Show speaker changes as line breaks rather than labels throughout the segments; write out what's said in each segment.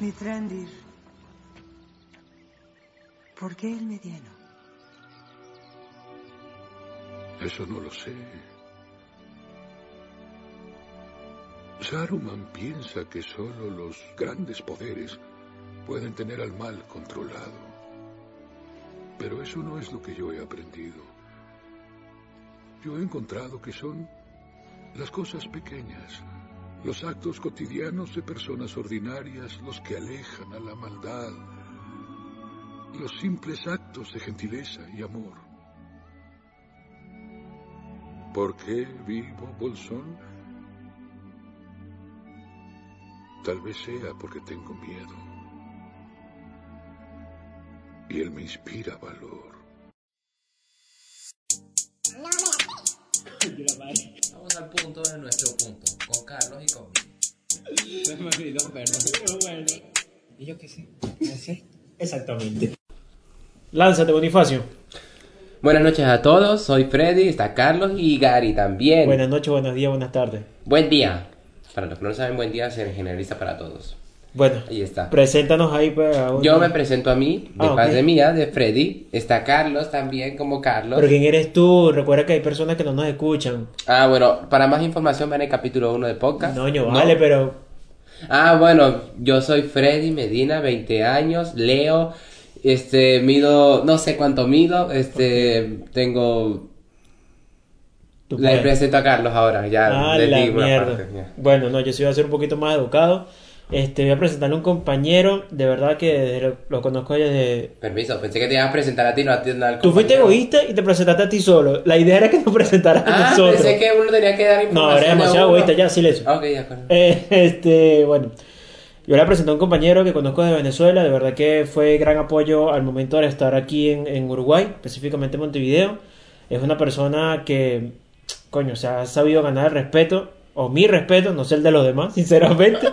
Mitrandir, ¿por qué el mediano?
Eso no lo sé. Saruman piensa que solo los grandes poderes pueden tener al mal controlado. Pero eso no es lo que yo he aprendido. Yo he encontrado que son las cosas pequeñas, los actos cotidianos de personas ordinarias los que alejan a la maldad, los simples actos de gentileza y amor. ¿Por qué vivo, Bolsón? Tal vez sea porque tengo miedo. Y él me inspira valor.
Vamos al punto de nuestro punto, con Carlos y conmigo.
Se me olvidó, perdón.
Bueno,
¿Y yo qué sé? No sé.
exactamente. Lánzate, Bonifacio.
Buenas noches a todos, soy Freddy, está Carlos y Gary también.
Buenas noches, buenos días, buenas tardes.
Buen día. Para los que no saben, buen día se generaliza para todos.
Bueno,
Ahí está.
preséntanos ahí para. un-
Yo me presento a mí, de
Ah, ok.
paz de mía, de Freddy. Está Carlos también, como Carlos.
Pero quién eres tú? Recuerda que hay personas que no nos escuchan.
Ah, bueno, para más información vean el capítulo 1 de podcast.
No, ño, vale, pero
Ah, bueno, yo soy Freddy Medina, 20 años, leo, este, mido, no sé cuánto mido, este, tengo...
tú
Le
puedes.
presento a Carlos ahora, ya
Ah,
le
la
digo una
mierda.
parte, ya.
Bueno, no, yo sí voy a ser un poquito más educado. Este, voy a presentarle a un compañero, de verdad que desde lo, lo conozco desde...
Permiso, pensé que te ibas a presentar a ti, no a ti, no al
Tú fuiste
compañero.
egoísta y te presentaste a ti solo. La idea era que nos presentaras a
Ah,
nosotros.
pensé que uno tenía que dar
No,
información.
era
de
demasiado
uno.
egoísta, ya, silencio.
Ok, de acuerdo.
Eh, este, bueno, yo le presenté a un compañero que conozco de Venezuela, de verdad que fue gran apoyo al momento de estar aquí en, en Uruguay, específicamente en Montevideo. Es una persona que, coño, se ha sabido ganar el respeto, o mi respeto, no sé el de los demás, sinceramente.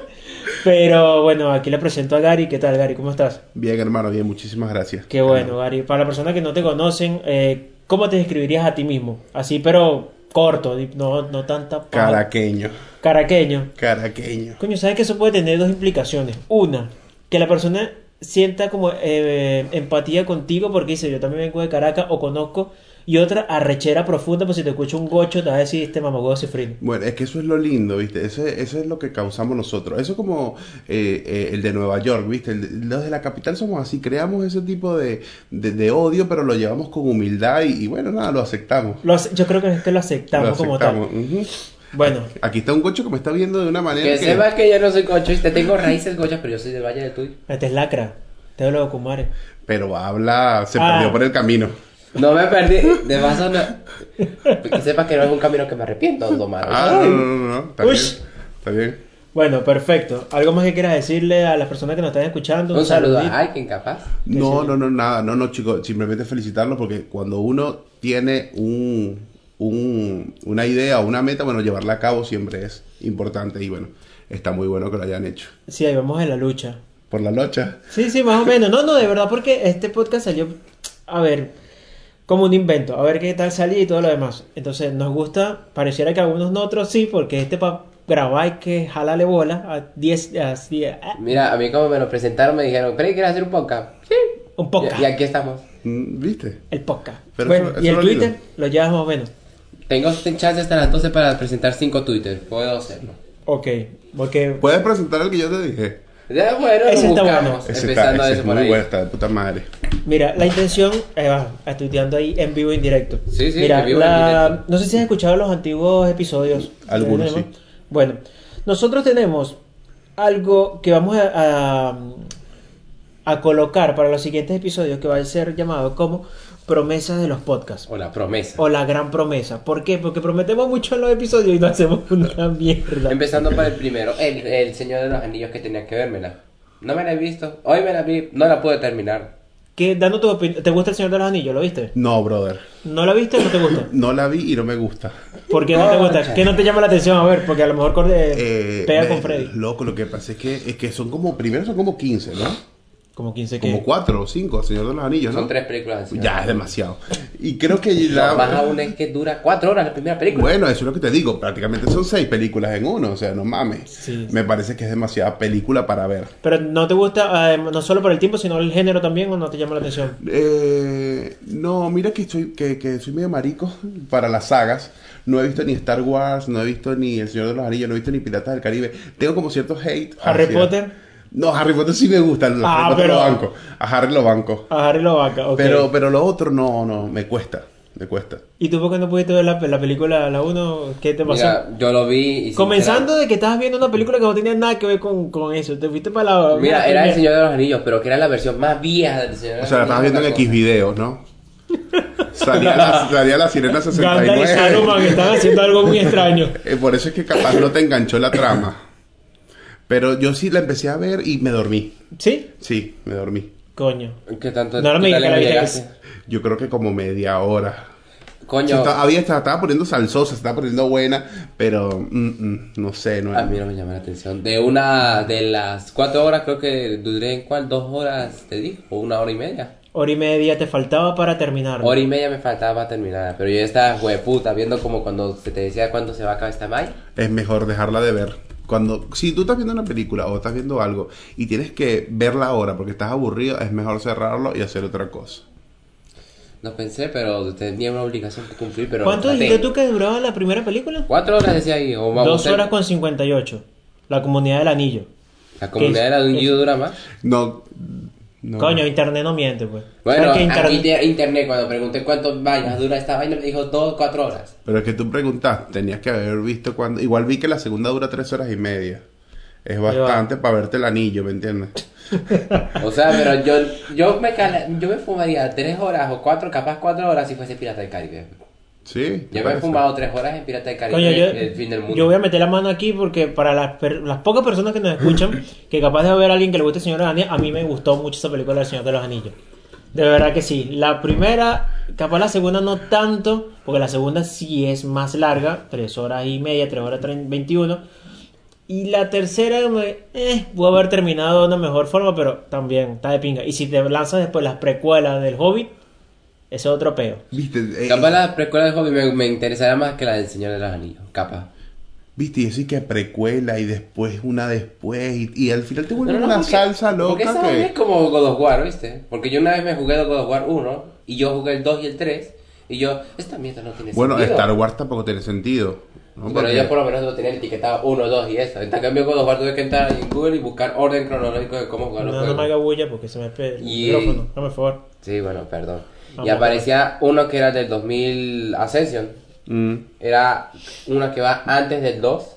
Pero bueno, aquí le presento a Gary. ¿Qué tal, Gary? ¿Cómo estás?
Bien, hermano, bien, muchísimas gracias.
Qué bueno, Gary. Para las personas que no te conocen, eh, ¿cómo te describirías a ti mismo? Así, pero corto, no, no tanta... paja.
Caraqueño,
Caraqueño.
caraqueño.
Coño, ¿sabes que eso puede tener dos implicaciones? Una, que la persona sienta como eh, empatía contigo porque dice, yo también vengo de Caracas o conozco. Y otra, arrechera profunda, pues si te escucha un gocho, te vas a decir, este mamagodo se frío.
Bueno, es que eso es lo lindo, ¿viste? Eso, es- eso es lo que causamos nosotros. Eso es como eh, eh, el de Nueva York, ¿viste? El de- los de la capital somos así, creamos ese tipo de, de- de odio, pero lo llevamos con humildad y, y bueno, nada, lo aceptamos.
Lo ace- yo creo que es que lo aceptamos,
Lo
como tal.
aceptamos, ujú.
Bueno,
Aquí está un coche que me está viendo de una manera
Que
que...
sepas que yo no soy gocho, te tengo raíces gochas, pero yo soy del Valle de Tuy.
este es lacra. Te hablo de Kumare.
Pero habla, se
Ah.
perdió por el camino.
No me perdí, de paso no... Que sepas que no es un camino que me arrepiento, Domar.
Ah, no, no, no, no, está
Uy.
bien, está bien.
Bueno, perfecto. ¿Algo más que quieras decirle a las personas que nos están escuchando?
Un saludo
saludito.
a alguien capaz.
No, no, no, nada, no, no, chicos, simplemente felicitarlos porque cuando uno tiene un, un- una idea o una meta, bueno, llevarla a cabo siempre es importante y bueno, está muy bueno que lo hayan hecho.
Sí, ahí vamos en la lucha.
Por la locha.
Sí, sí, más o menos. No, no, de verdad, porque este podcast salió, a ver, como un invento, a ver qué tal salía y todo lo demás. Entonces, nos gusta, pareciera que algunos no, otros sí, porque este para grabar hay que jalarle bola a 10, a 10, ah,
Mira, a mí como me lo presentaron me dijeron, Freddy, ¿quieres hacer un podcast? Sí.
un podcast,
Y, y aquí estamos.
Mm, ¿Viste?
el podcast.
Pero
bueno,
eso-
y
eso
el
lo
Twitter
olvido.
lo llevas más o menos.
Tengo chance hasta las 12 para presentar 5 Twitter. Puedo hacerlo.
Ok, porque...
Puedes presentar el que yo te dije.
Ya, bueno,
Ese
lo
está
buscamos.
Ese está,
Empezando
ese
eso
es
por
muy
ahí.
bueno, está de puta madre.
Mira, la intención, eh, va, estudiando ahí en vivo y en directo.
Sí, sí,
Mira,
en vivo y en
la-
directo.
no sé si has escuchado los antiguos episodios.
Algunos,
Tenemos-
sí.
Bueno, nosotros tenemos algo que vamos a, a, a colocar para los siguientes episodios que va a ser llamado como promesas de los podcasts.
O la promesa.
O la gran promesa. ¿Por qué? Porque prometemos mucho en los episodios y no hacemos una mierda.
Empezando por el primero, el, el Señor de los Anillos que tenía que vérmela. No me la he visto, hoy me la vi, no la pude terminar.
¿Qué, dando tu opinión, ¿Te gusta el Señor de los Anillos? ¿Lo viste?
No, brother.
¿No lo viste o no te gusta?
No la vi y no me gusta.
¿Por qué no te gusta?
Concha.
¿Qué no te llama la atención? A ver, porque a lo mejor cor- eh,
Eh,
pega
me-
con Freddy.
Loco, lo que pasa es que, es que son como, primero son como 15, ¿no?
Como 15 que.
Como cuatro o cinco, Señor de los Anillos, ¿no?
Son tres películas. así.
Ya es demasiado. Y creo que
Lo más
la...
aún es que dura cuatro horas la primera película.
Bueno, eso es lo que te digo. Prácticamente son seis películas en uno. O sea, no mames.
Sí.
Me parece que es demasiada película para ver.
Pero no te gusta, eh, no solo por el tiempo, sino el género también, o no te llama la atención.
Eh, no, mira que, estoy, que, que soy medio marico para las sagas. No he visto ni Star Wars, no he visto ni El Señor de los Anillos, no he visto ni Piratas del Caribe. Tengo como cierto hate.
Harry
hacia-
Potter,
No, Harry Potter sí me gusta. Harry
Ah,
Potter lo
pero-
banco. A Harry lo banco.
a Harry lo vaca, ok.
Pero, pero lo otro no, no, me cuesta. Me cuesta.
¿Y tú por qué no pudiste ver la, la película, la 1? ¿Qué te pasó?
Mira, yo lo vi y
Comenzando de que estabas viendo una película que no tenía nada que ver con, con eso. Te fuiste para la.
Mira,
la
era el
primera.
Señor de los Anillos, pero que era la versión más vieja del Señor de
O
los
sea, la
Anillos,
estabas viendo en
una
X
Eh, cosa.
videos, ¿no? Salía la, salía la sirena
Gandalf y
69.
Saruman están haciendo algo muy extraño.
Eh, por eso es que capaz no te enganchó la trama. Pero yo sí la empecé a ver y me dormí.
¿Sí?
Sí, me dormí.
Coño.
¿Qué tanto?
No, no me
qué
digas
tal
que la
le
viste.
llegaste?
Yo creo que como media hora. Se
Coño,
está- había, estaba, estaba poniendo salsosa, se estaba poniendo buena, pero mm, mm, no sé, no
a mí no me llama la atención. De una de las cuatro horas, creo que duré en cuál, dos horas, te digo, o una hora y media.
Hora y media te faltaba para terminar.
Hora y media me faltaba para terminar, pero yo estaba hueputa viendo como cuando se te decía cuándo se va a acabar esta maña.
es mejor dejarla de ver. Cuando, si tú estás viendo una película o estás viendo algo y tienes que verla ahora porque estás aburrido, es mejor cerrarlo y hacer otra cosa.
No pensé, pero tenía una obligación que cumplir, pero
¿Cuánto
traté.
dijiste tú que duraba la primera película?
Cuatro horas decía ahí, o vamos a
Dos
hacer-
horas con 58. La comunidad del anillo.
La comunidad
¿Qué?
era de un giro dura más.
No. no.
Coño, internet no miente, pues.
Bueno,
Sabes que
aquí
internet-
de internet, cuando pregunté cuántas vainas dura esta vaina, me dijo dos, cuatro horas.
Pero es que tú preguntas, tenías que haber visto cuando... Igual vi que la segunda dura tres horas y media. Es bastante para verte el anillo, ¿me entiendes?
O sea, pero yo, yo, me cala- yo me fumaría tres horas o cuatro, capaz cuatro horas si fuese Pirata del Caribe.
Sí.
Yo me he
parece.
fumado tres horas en Pirata del Caribe,
Coño, yo,
el fin del mundo.
yo voy a meter la mano aquí porque para las, per- las pocas personas que nos escuchan, que capaz de haber alguien que le guste el Señor de los Anillos, a mí me gustó mucho esa película del Señor de los Anillos. De verdad que sí. La primera, capaz la segunda no tanto, porque la segunda sí es más larga, tres horas y media, tres horas tre- 21. Y la tercera, me, eh, pudo haber terminado de una mejor forma, pero también está de pinga. Y si te lanzas después las precuelas del Hobbit, ese es otro peo.
Viste, eh,
Capaz la precuela de Hobby me, me interesará más que la del Señor de los Anillos, capaz.
viste, y así que precuela y después una después y, y al final te vuelve una
porque-
salsa
Porque
loca
esa vaina es
que...
como God of War, ¿viste? Porque yo una vez me jugué God of War 1 y yo jugué el 2 y el 3 y yo, esta mierda no tiene
Bueno,
sentido.
Star Wars tampoco tiene sentido. ¿no?
Pero
Porque-
yo por lo menos lo tenía etiquetado 1, 2 y eso. En cambio, God of War tuve que entrar en Google y buscar orden cronológico de cómo jugar los
No, no
juegos.
me haga bulla porque se me pe- el
Y-
micrófono. Dame el favor.
Sí, bueno, perdón. Y
Vamos.
aparecía uno que era del 2000 Ascension.
Mm.
Era una que va antes del 2.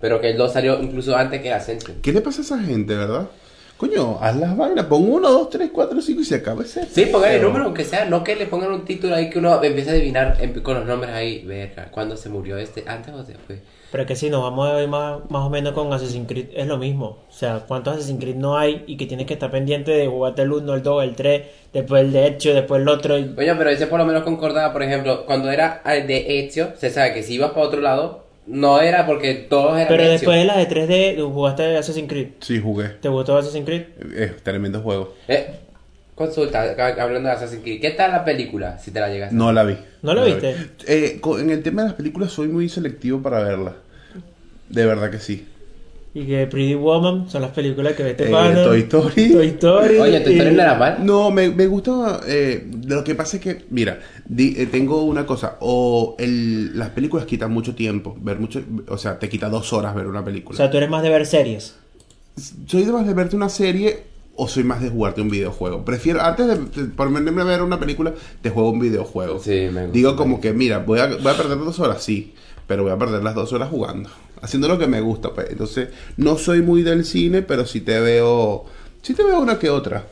Pero que el 2 salió incluso antes que el Ascension.
¿Qué le pasa a esa gente, verdad? Coño, haz las vainas, pon uno, dos, tres, cuatro, cinco y se acaba ese.
Sí, pongan el número aunque sea, no que le pongan un título ahí que uno empiece a adivinar em- con los nombres ahí. Verga, ¿cuándo se murió este? ¿Antes o después?
Pero es que si nos vamos a ver más, más o menos con Assassin's Creed, es lo mismo. O sea, ¿cuántos Assassin's Creed no hay y que tienes que estar pendiente de jugarte el 1, el 2, el 3, después el de Ezio, después el otro? y-
Oye, pero ese por lo menos concordaba, por ejemplo, cuando era al de Ezio, se sabe que si ibas para otro lado, no era porque todos eran
Pero
Ezio.
después de la de 3D, tú jugaste Assassin's Creed.
Sí, jugué.
¿Te gustó Assassin's Creed?
Es tremendo juego.
Eh, consulta, a- hablando de Assassin's Creed, ¿qué tal la película si te la llegas?
No la vi.
¿No la
vi.
viste?
Eh, co- en el tema de las películas soy muy selectivo para verlas. De verdad que sí.
Y que Pretty Woman son las películas que ves te
Eh,
pana.
Toy Story.
Toy Story.
Oye, tu
y-
historia no era mal.
No, me, me gusta. eh, lo que pasa es que, mira, di- eh, tengo una cosa. O el- las películas quitan mucho tiempo. Ver mucho, o sea, te quita dos horas ver una
O
película.
sea, tú eres más de ver series.
soy de más de verte una serie o soy más de jugarte un videojuego. Prefiero, antes de, de ponerme a ver una película, te juego un videojuego.
Sí, me gusta.
Digo como que, mira, voy a, voy a perder dos horas, sí, pero voy a perder las dos horas jugando, haciendo lo que me gusta. Pues. Entonces, no soy muy del cine, pero sí te veo, sí te veo una que otra.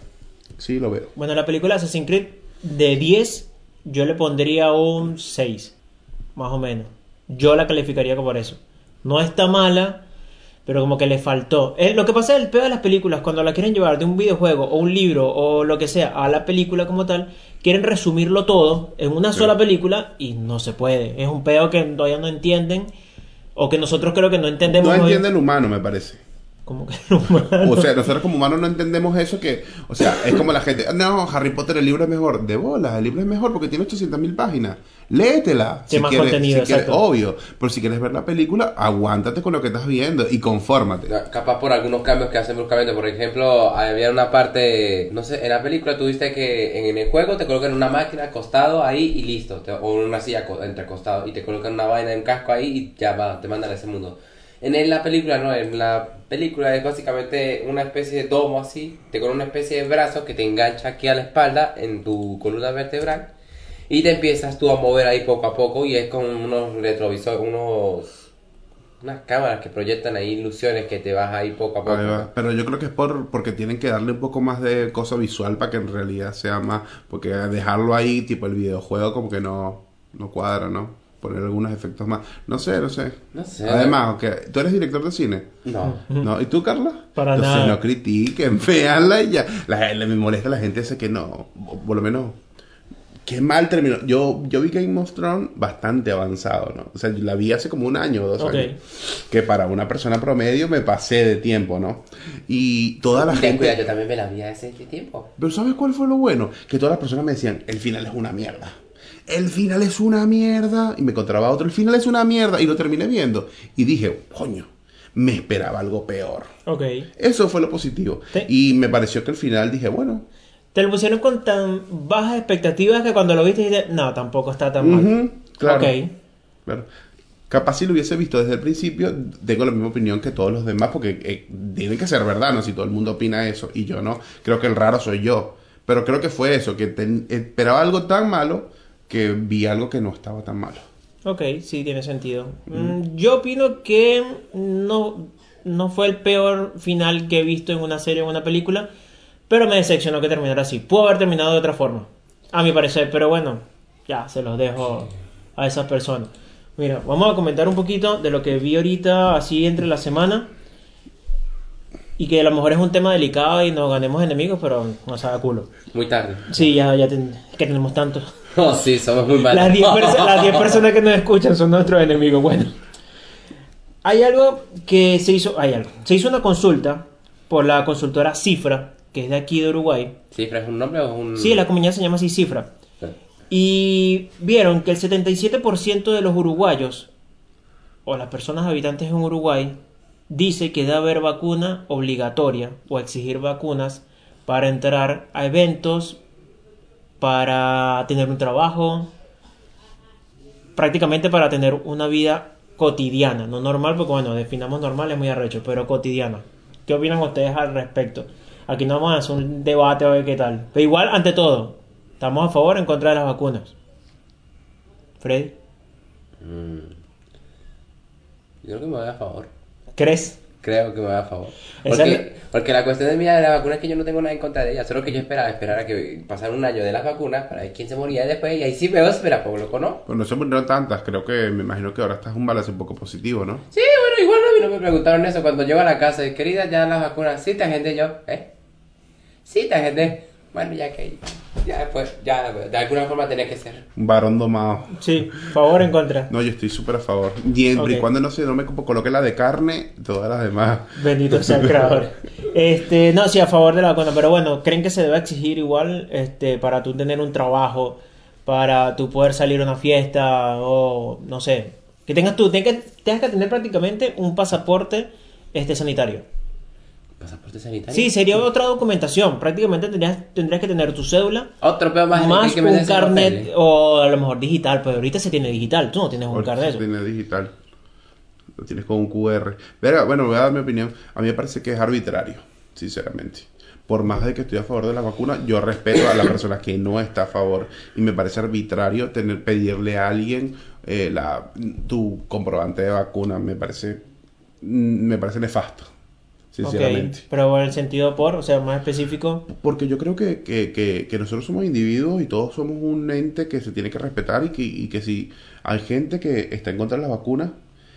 Sí, lo veo.
Bueno, la película Assassin's Creed de 10, yo le pondría un 6, más o menos. Yo la calificaría como eso. No está mala, pero como que le faltó. Eh, lo que pasa es el peor de las películas, cuando la quieren llevar de un videojuego o un libro o lo que sea a la película como tal, quieren resumirlo todo en una sola película y no se puede. Es un pedo que todavía no entienden o que nosotros creo que no entendemos.
No
hoy.
entiende el humano, me parece.
como que el humano.
O sea, nosotros como humanos no entendemos eso que, o sea, es como la gente, no, Harry Potter el libro es mejor, de bolas, el libro es mejor porque tiene 800.000 páginas, léetela,
Tiene más contenido,
si quieres,
exacto.
obvio, pero si quieres ver la película, aguántate con lo que estás viendo y confórmate.
Capaz por algunos cambios que hacen bruscamente. Por ejemplo, había una parte, no sé, en la película tuviste que en el juego te colocan una máquina acostado ahí y listo. te- o una silla co- entre acostado y te colocan una vaina en casco ahí y ya va, te mandan a ese mundo. En el- la película, no, en la película es básicamente una especie de domo así, te con una especie de brazo que te engancha aquí a la espalda en tu columna vertebral y te empiezas tú a mover ahí poco a poco y es con unos retrovisores, unos unas cámaras que proyectan ahí ilusiones que te vas ahí poco a poco.
Ahí va. Pero yo creo que es por porque tienen que darle un poco más de cosa visual para que en realidad sea más, porque dejarlo ahí, tipo el videojuego, como que no, no cuadra, ¿no? Poner algunos efectos más. No sé, no sé.
No sé.
Además, ok, ¿tú eres director de cine?
No.
No, ¿y tú, Carla?
Para
Entonces
nada.
no critiquen, véanla y ya. La, la- me molesta la gente ese que no, o por lo menos, qué mal terminó. Yo, yo vi Game of Thrones bastante avanzado, ¿no? O sea, yo la vi hace como un año o dos
Ok.
años. Que para una persona promedio me pasé de tiempo, ¿no? Y toda la
Ten
gente...
cuidado, yo también me la vi hace tiempo.
Pero ¿sabes cuál fue lo bueno? Que todas las personas me decían, el final es una mierda. El final es una mierda. Y me encontraba otro, el final es una mierda. Y lo terminé viendo. Y dije, coño, me esperaba algo peor.
Ok.
Eso fue lo positivo.
Sí.
Y me pareció que al final dije, bueno,
Te lo pusieron con tan bajas expectativas que cuando lo viste dijiste, no, tampoco está tan mal.
ujú, claro,
Ok.
claro. Capaz si lo hubiese visto desde el principio, tengo la misma opinión que todos los demás, porque eh, tiene que ser verdad, ¿no? Si todo el mundo opina eso y yo no, creo que el raro soy yo. Pero creo que fue eso, que ten- esperaba algo tan malo que vi algo que no estaba tan malo.
Ok, sí, tiene sentido. Mm, Yo opino que no, no fue el peor final que he visto en una serie o en una película, pero me decepcionó que terminara así. Pudo haber terminado de otra forma, a mi parecer, pero bueno, ya se los dejo a esas personas. Mira, vamos a comentar un poquito de lo que vi ahorita, así entre la semana. Y que a lo mejor es un tema delicado y nos ganemos enemigos, pero no sabe a culo.
Muy tarde.
Sí, ya, ya ten- es que tenemos tantos.
Oh, sí, somos muy malos.
Las 10 perso- las 10 personas que nos escuchan son nuestros enemigos. Bueno, hay algo que se hizo. Hay algo. Se hizo una consulta por la consultora Cifra, que es de aquí de Uruguay.
¿Cifra es un nombre o es un...?
Sí, la comunidad se llama así Cifra. Y vieron que el 77% de los uruguayos, o las personas habitantes en Uruguay, dice que debe haber vacuna obligatoria o exigir vacunas para entrar a eventos, para tener un trabajo, prácticamente para tener una vida cotidiana, no normal, porque bueno, definamos normal es muy arrecho, pero cotidiana. ¿Qué opinan ustedes al respecto? Aquí no vamos a hacer un debate a ver qué tal. Pero igual, ante todo, estamos a favor o en contra de las vacunas. Freddy,
Yo creo que me voy a favor.
¿crees?
Creo que me voy a favor.
Esa
Porque, porque la cuestión de mía de la vacuna es que yo no tengo nada en contra de ella. Solo que yo esperaba esperar a que pasara un año de las vacunas para ver quién se moría después. Y ahí sí me voy a esperar, por loco, ¿no?
Bueno, no se murieron tantas, creo que me imagino que ahora estás un balance un poco positivo, ¿no?
Sí, bueno, igual a mí no me preguntaron eso. Cuando llego a la casa, y, querida, ya las vacunas. Sí, gente, yo, ¿eh? Sí, gente. Bueno, ya que. Ya después, ya de alguna forma tenía que ser.
Un varón domado.
Sí, favor o en contra.
No, yo estoy súper a favor. Y en-
Ok.
y cuando no se no me co- coloque la de carne, todas las demás.
Bendito sea el creador. Este, no, sí, a favor de la vacuna, pero bueno, ¿creen que se debe exigir igual este, para tú tener un trabajo, para tú poder salir a una fiesta o no sé? Que tengas tú, tengas que, tengas que tener prácticamente un pasaporte este, sanitario.
¿Pasaporte sanitario?
Sí, sería otra documentación. Prácticamente tendrías, tendrías que tener tu cédula
Otro peo más, en el
más
que me
un
des esos
carnet
papeles.
o a lo mejor digital, pero ahorita se tiene digital, tú no tienes un
Ahorita
carnet.
se tiene digital. Lo tienes con un QR. Verga, bueno, voy a dar mi opinión. A mí me parece que es arbitrario, sinceramente. Por más de que estoy a favor de la vacuna, yo respeto a la persona que no está a favor. Y me parece arbitrario tener, pedirle a alguien eh, la, tu comprobante de vacuna. Me parece, mm, me parece nefasto,
Ok,
sinceramente.
pero en el sentido por, o sea, más específico.
Porque yo creo que, que- que- que nosotros somos individuos y todos somos un ente que se tiene que respetar y que, y que si hay gente que está en contra de las vacunas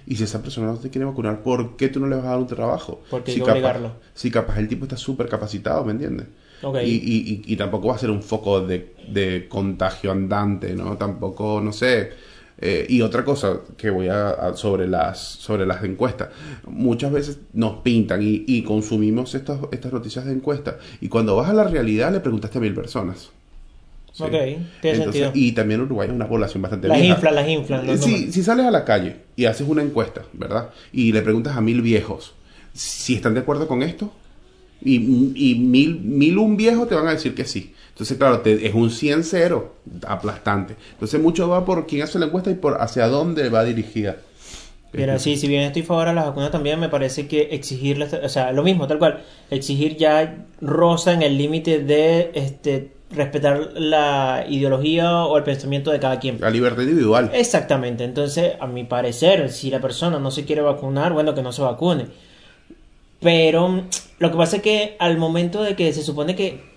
y si esa persona no te quiere vacunar, ¿por qué tú no le vas a dar un trabajo?
Porque hay
si
que
capaz,
obligarlo.
si capaz el tipo está súper capacitado, ¿me entiendes?
Ok.
Y, y- y- y tampoco va a ser un foco de, de contagio andante, ¿no? Tampoco, no sé, Eh, y otra cosa que voy a, a- sobre, las, sobre las encuestas. Muchas veces nos pintan y, y consumimos estas, estas noticias de encuesta. Y cuando vas a la realidad le preguntaste a mil personas. ¿sí?
Ok, tiene sentido.
Y también Uruguay es una población bastante
Las
vieja.
inflan, las inflan. los
Eh, si,
números.
si sales a la calle y haces una encuesta, ¿verdad? Y le preguntas a mil viejos si están de acuerdo con esto, y, y mil, mil un viejo te van a decir que sí. Entonces, claro, te- es un 100 cero aplastante. Entonces, mucho va por quién hace la encuesta y por hacia dónde va dirigida.
Mira, sí, si bien estoy favor a las vacunas también, me parece que exigirlas, o sea, lo mismo, tal cual, exigir ya rosa en el límite de este, respetar la ideología o el pensamiento de cada quien.
La libertad individual.
Exactamente, entonces, a mi parecer, si la persona no se quiere vacunar, bueno, que no se vacune. Pero mm, lo que pasa es que al momento de que se supone que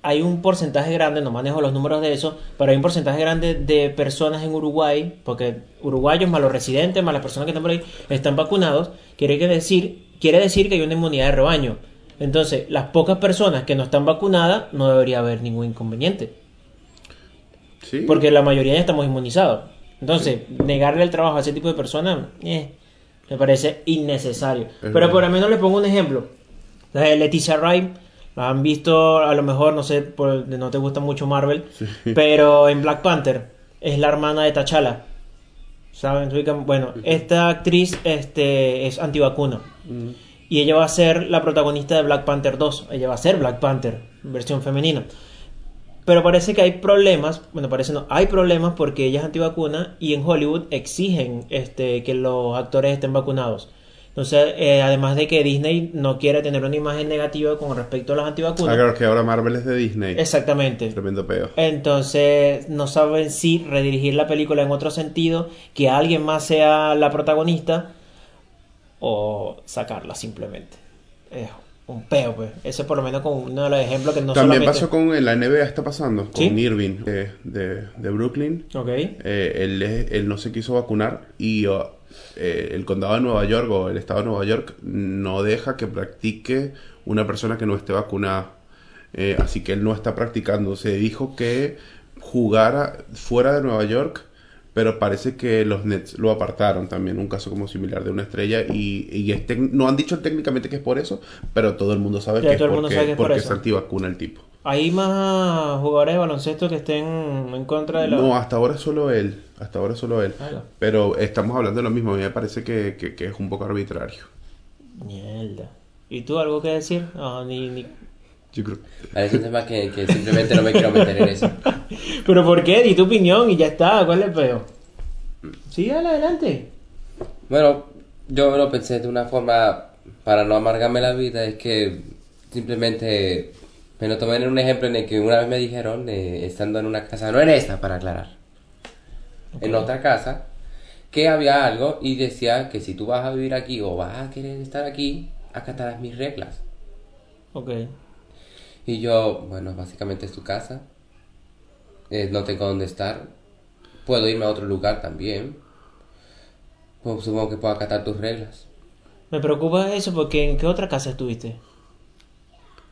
hay un porcentaje grande, no manejo los números de eso, pero hay un porcentaje grande de personas en Uruguay, porque uruguayos más los residentes, más las personas que están por ahí, están vacunados, quiere que decir, quiere decir que hay una inmunidad de rebaño. Entonces, las pocas personas que no están vacunadas, no debería haber ningún inconveniente.
Sí.
Porque la mayoría ya estamos inmunizados. Entonces, negarle el trabajo a ese tipo de personas eh, me parece innecesario. Pero
verdad.
por lo menos le pongo un ejemplo. La de Leticia Wright, la han visto, a lo mejor, no sé, por- no te gusta mucho Marvel, pero en Black Panther es la hermana de T'Challa. ¿Saben? Se ubican- Bueno, esta actriz este, es antivacuna. Y ella va a ser la protagonista de Black Panther 2. Ella va a ser Black Panther, versión femenina. Pero parece que hay problemas, bueno, parece no, hay problemas porque ella es antivacuna y en Hollywood exigen este, que los actores estén vacunados. Entonces, eh, además de que Disney no quiere tener una imagen negativa con respecto a los
Ah,
antivacunas.
claro, que ahora Marvel es de Disney.
Exactamente.
Tremendo peo.
Entonces, no saben si redirigir la película en otro sentido, que alguien más sea la protagonista, o sacarla simplemente. Es un peo, pues. Ese por lo menos con uno de los ejemplos que no
También
solamente...
pasó con en la NBA, está pasando, con
¿Sí?
Irving eh, de, de Brooklyn.
Ok.
Eh, él, es- él no se quiso vacunar y oh, eh, el condado de Nueva York o el estado de Nueva York no deja que practique una persona que no esté vacunada. Eh, así que él no está practicando. Se dijo que jugara fuera de Nueva York, pero parece que los Nets lo apartaron también. Un caso como similar de una estrella. Y, y es tec- no han dicho técnicamente que es por eso, pero todo el mundo sabe
Ya
que es
todo el mundo
porque,
sabe que es por
porque
eso.
es antivacuna el tipo.
¿Hay más jugadores de baloncesto que estén en contra de Ah, la...
No, hasta ahora es solo él. Hasta ahora es solo él.
Ala.
Pero estamos hablando de lo mismo. A mí me parece que, que- que es un poco arbitrario.
Mierda. ¿Y tú algo que decir? No, ni, ni-
Yo creo.
Parece un tema que, que simplemente no me quiero meter en eso.
¿Pero por qué? Di tu opinión y ya está. ¿Cuál es el peo?
Mm.
Sí, dale, adelante.
Bueno, yo lo pensé de una forma para no amargarme la vida, es que simplemente me lo tomé en un ejemplo en el que una vez me dijeron, eh, estando en una casa, no en esta para aclarar, en otra casa, que había algo y decía que si tú vas a vivir aquí o vas a querer estar aquí, acatarás mis reglas.
Ok.
Y yo, bueno, básicamente es tu casa, eh, no tengo dónde estar, puedo irme a otro lugar también, pues supongo que puedo acatar tus reglas.
Me preocupa eso porque ¿en qué otra casa estuviste?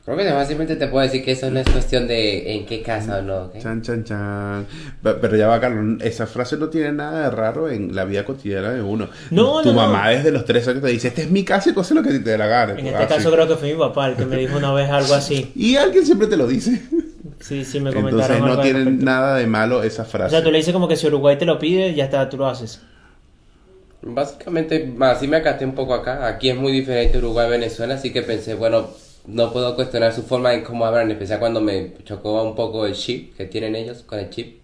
Creo que fácilmente te puedo decir que eso no es cuestión de en qué casa o no, ¿ok?
Chan, chan, chan. Pe- Pero ya va, Carlos. Esa frase no tiene nada de raro en la vida cotidiana de uno.
No,
Tu
no,
mamá
no.
desde los tres años te dice: Este es mi casa y tú haces lo que te dé la gana.
En
Tú,
este
ah,
caso
sí.
creo que fue mi papá el que me dijo una vez algo así.
Y alguien siempre te lo dice.
Sí, sí, me comentaron
Entonces
algo
no
al
tiene
respecto.
nada de malo esa
O
frase.
sea, tú le dices como que si Uruguay te lo pide, ya está, tú lo haces.
Básicamente, así me acaté un poco acá. Aquí es muy diferente Uruguay Venezuela, así que pensé, bueno, no puedo cuestionar su forma en cómo hablan, en especial cuando me chocó un poco el chip que tienen ellos con el chip.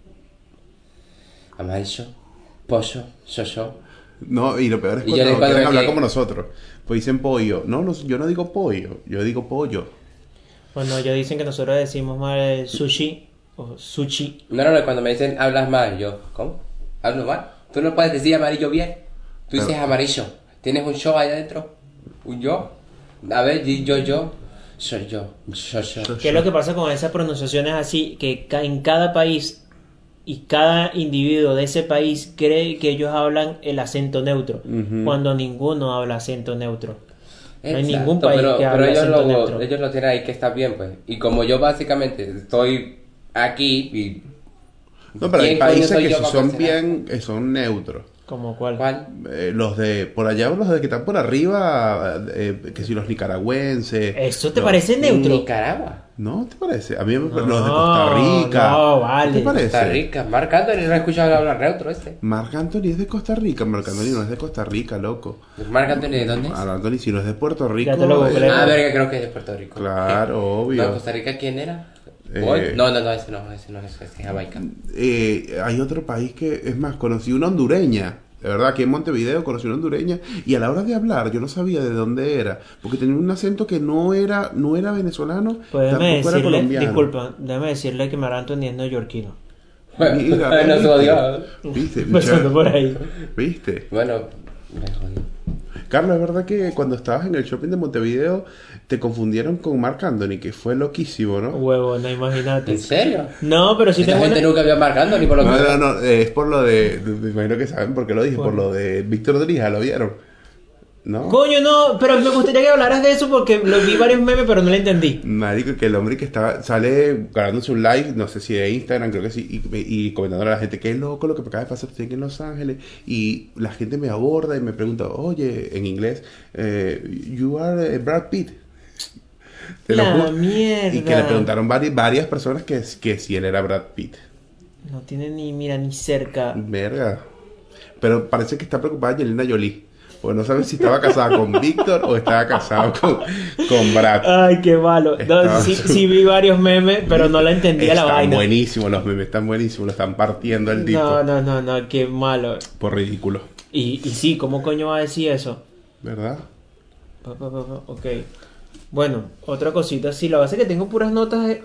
Amarillo, pollo, yo, yo.
No, y lo peor es
Y yo
cuando
les cuento
quieren hablar
que-
como nosotros. Pues dicen pollo. No, no, yo no digo pollo. Yo digo pollo.
Bueno, ellos dicen que nosotros decimos mal eh, sushi o sushi.
No, no, no, cuando me dicen hablas mal, yo, ¿cómo? ¿Hablo mal? Tú no puedes decir amarillo bien. Tú dices amarillo. ¿Tienes un yo allá adentro? ¿Un yo? A ver, di yo, yo. Soy yo, yo, yo.
¿Qué es lo que pasa con esas pronunciaciones así? Que ca- en cada país y cada individuo de ese país cree que ellos hablan el acento neutro, cuando ninguno habla acento neutro. No hay ningún país
pero,
que
pero
hable
ellos,
acento
lo,
neutro.
ellos lo tienen ahí que está bien, pues. Y como yo básicamente estoy aquí y
No, pero hay
¿Quién coño
países
soy
que
yo
sí
para
son
cancelar?
bien, que son neutros.
Como cuál.
¿Cuál?
Eh, los de por allá, los de que están por arriba, eh, que si los nicaragüenses.
¿Eso te
los-
parece neutro?
Nicaragua.
¿No te parece? A mí me
No,
los de Costa Rica.
no, vale.
¿Qué te parece?
Costa Rica. Marc Anthony no he escuchado hablar neutro este.
Marc Anthony es de Costa Rica. Marc Anthony no es de Costa Rica, loco.
Marc Anthony, ¿de dónde es?
Marc Anthony, si no es de Puerto Rico.
Ya te lo
eh,
googleé.
Ah, verga, creo que es de Puerto Rico.
Claro, obvio.
No, Costa Rica, ¿quién era?
Eh.
¿Boy? No, no, no, ese no, ese no, ese es Jamaica.
Eh, hay otro país que, es más, conocí una hondureña. De verdad, que en Montevideo conocí una hondureña. Y a la hora de hablar, yo no sabía de dónde era. Porque tenía un acento que no era, no era venezolano,
Pues déjame
tampoco era
decirle,
colombiano.
disculpa, déjame decirle que Marc Anthony es neoyorquino.
Mira,
Nos
¿viste?
odió.
¿Viste?
Empezando por ahí.
¿Viste?
Bueno, me jodí.
Carlos, es verdad que cuando estabas en el shopping de Montevideo te confundieron con Marc Anthony, que fue loquísimo, ¿no?
Huevo, no imagínate.
¿En serio?
No, pero si
Esta
tengo
gente
una...
nunca vio a Marc Anthony por lo
No,
que...
no, no, eh, es por lo de, me imagino que saben por qué lo dije, por lo de Víctor Drija, ¿lo vieron? ¿No?
Coño, no, pero me gustaría que hablaras de eso porque lo vi varios memes, pero no lo entendí.
Marico, que el hombre que estaba, sale grabándose un live, no sé si de Instagram, creo que sí, y, y comentándole a la gente, qué loco lo que me acaba de pasar, estoy aquí en Los Ángeles, y la gente me aborda y me pregunta, oye, en inglés, eh, you are eh, Brad Pitt. Te lo
La
juro.
mierda.
Y que le preguntaron vari- varias personas que, que si él era Brad Pitt.
No tiene ni, mira, ni cerca.
Verga. Pero parece que está preocupada Angelina Jolie. Porque no sabe si estaba casada con Víctor o estaba casada con, con Brad.
Ay, qué malo. No,
Estaba-
sí, sí vi varios memes, pero no la entendía la
están
vaina.
buenísimos los memes, están buenísimos, lo están partiendo el tipo.
No, no, no, no, qué malo.
Por ridículo,
Y, y sí, ¿cómo coño va a decir eso?
¿verdad?
Pa, pa, pa, pa, Ok. Bueno, otra cosita, sí, la base que tengo puras notas de,